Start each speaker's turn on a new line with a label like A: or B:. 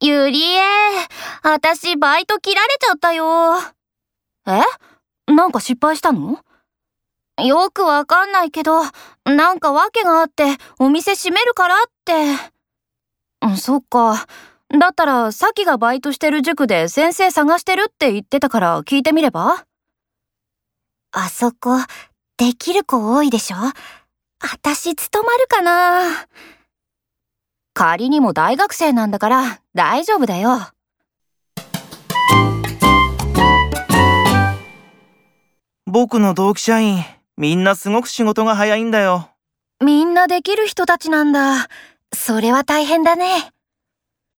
A: ゆりえ、あたしバイト切られちゃったよ。
B: えなんか失敗したの。
A: よくわかんないけど、なんか訳があってお店閉めるからって
B: そっか。だったら、さきがバイトしてる塾で先生探してるって言ってたから聞いてみれば
C: あそこ、できる子多いでしょあたし務まるかな
B: 仮にも大学生なんだから大丈夫だよ。
D: 僕の同期社員、みんなすごく仕事が早いんだよ。
C: みんなできる人たちなんだ。それは大変だね。